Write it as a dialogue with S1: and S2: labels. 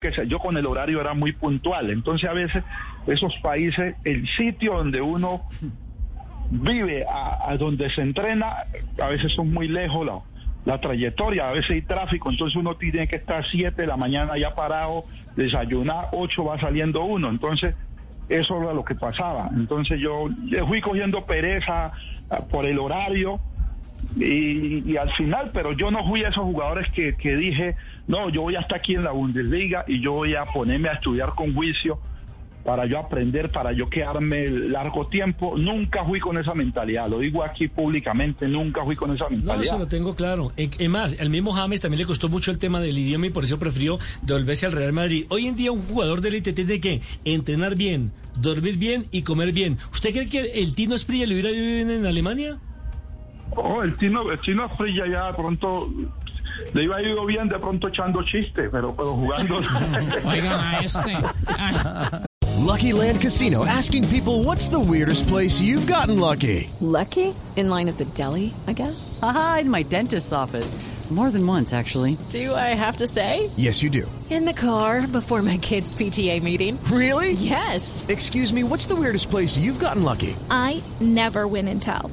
S1: que sea, yo con el horario era muy puntual. Entonces a veces esos países, el sitio donde uno vive, a, a donde se entrena, a veces son muy lejos la, la trayectoria, a veces hay tráfico, entonces uno tiene que estar 7 de la mañana ya parado, desayunar, 8 va saliendo uno. Entonces eso era lo que pasaba. Entonces yo le fui cogiendo pereza ah, por el horario. Y, y al final, pero yo no fui a esos jugadores que, que dije, no, yo voy hasta aquí en la Bundesliga y yo voy a ponerme a estudiar con juicio para yo aprender, para yo quedarme largo tiempo. Nunca fui con esa mentalidad, lo digo aquí públicamente, nunca fui con esa
S2: No,
S1: mentalidad.
S2: se lo tengo claro. E- Es más, al mismo James también le costó mucho el tema del idioma y por eso prefirió devolverse al Real Madrid. Hoy en día un jugador del ITT tiene que entrenar bien, dormir bien y comer bien. ¿Usted cree que el Tino Esprilla le hubiera ido bien en Alemania?
S1: Oh, el chino, el chino Frilla ya de pronto le iba a ir bien de pronto echando chistes, pero, pero jugando.
S3: Lucky Land Casino asking people what's the weirdest place you've gotten lucky?
S4: Lucky? In line at the deli, I guess?
S5: Aha, in my dentist's office. More than once, actually.
S4: Do I have to say?
S3: Yes, you do.
S6: In the car before my kids' PTA meeting.
S3: Really?
S6: Yes.
S3: Excuse me, what's the weirdest place you've gotten lucky?
S7: I never win and tell.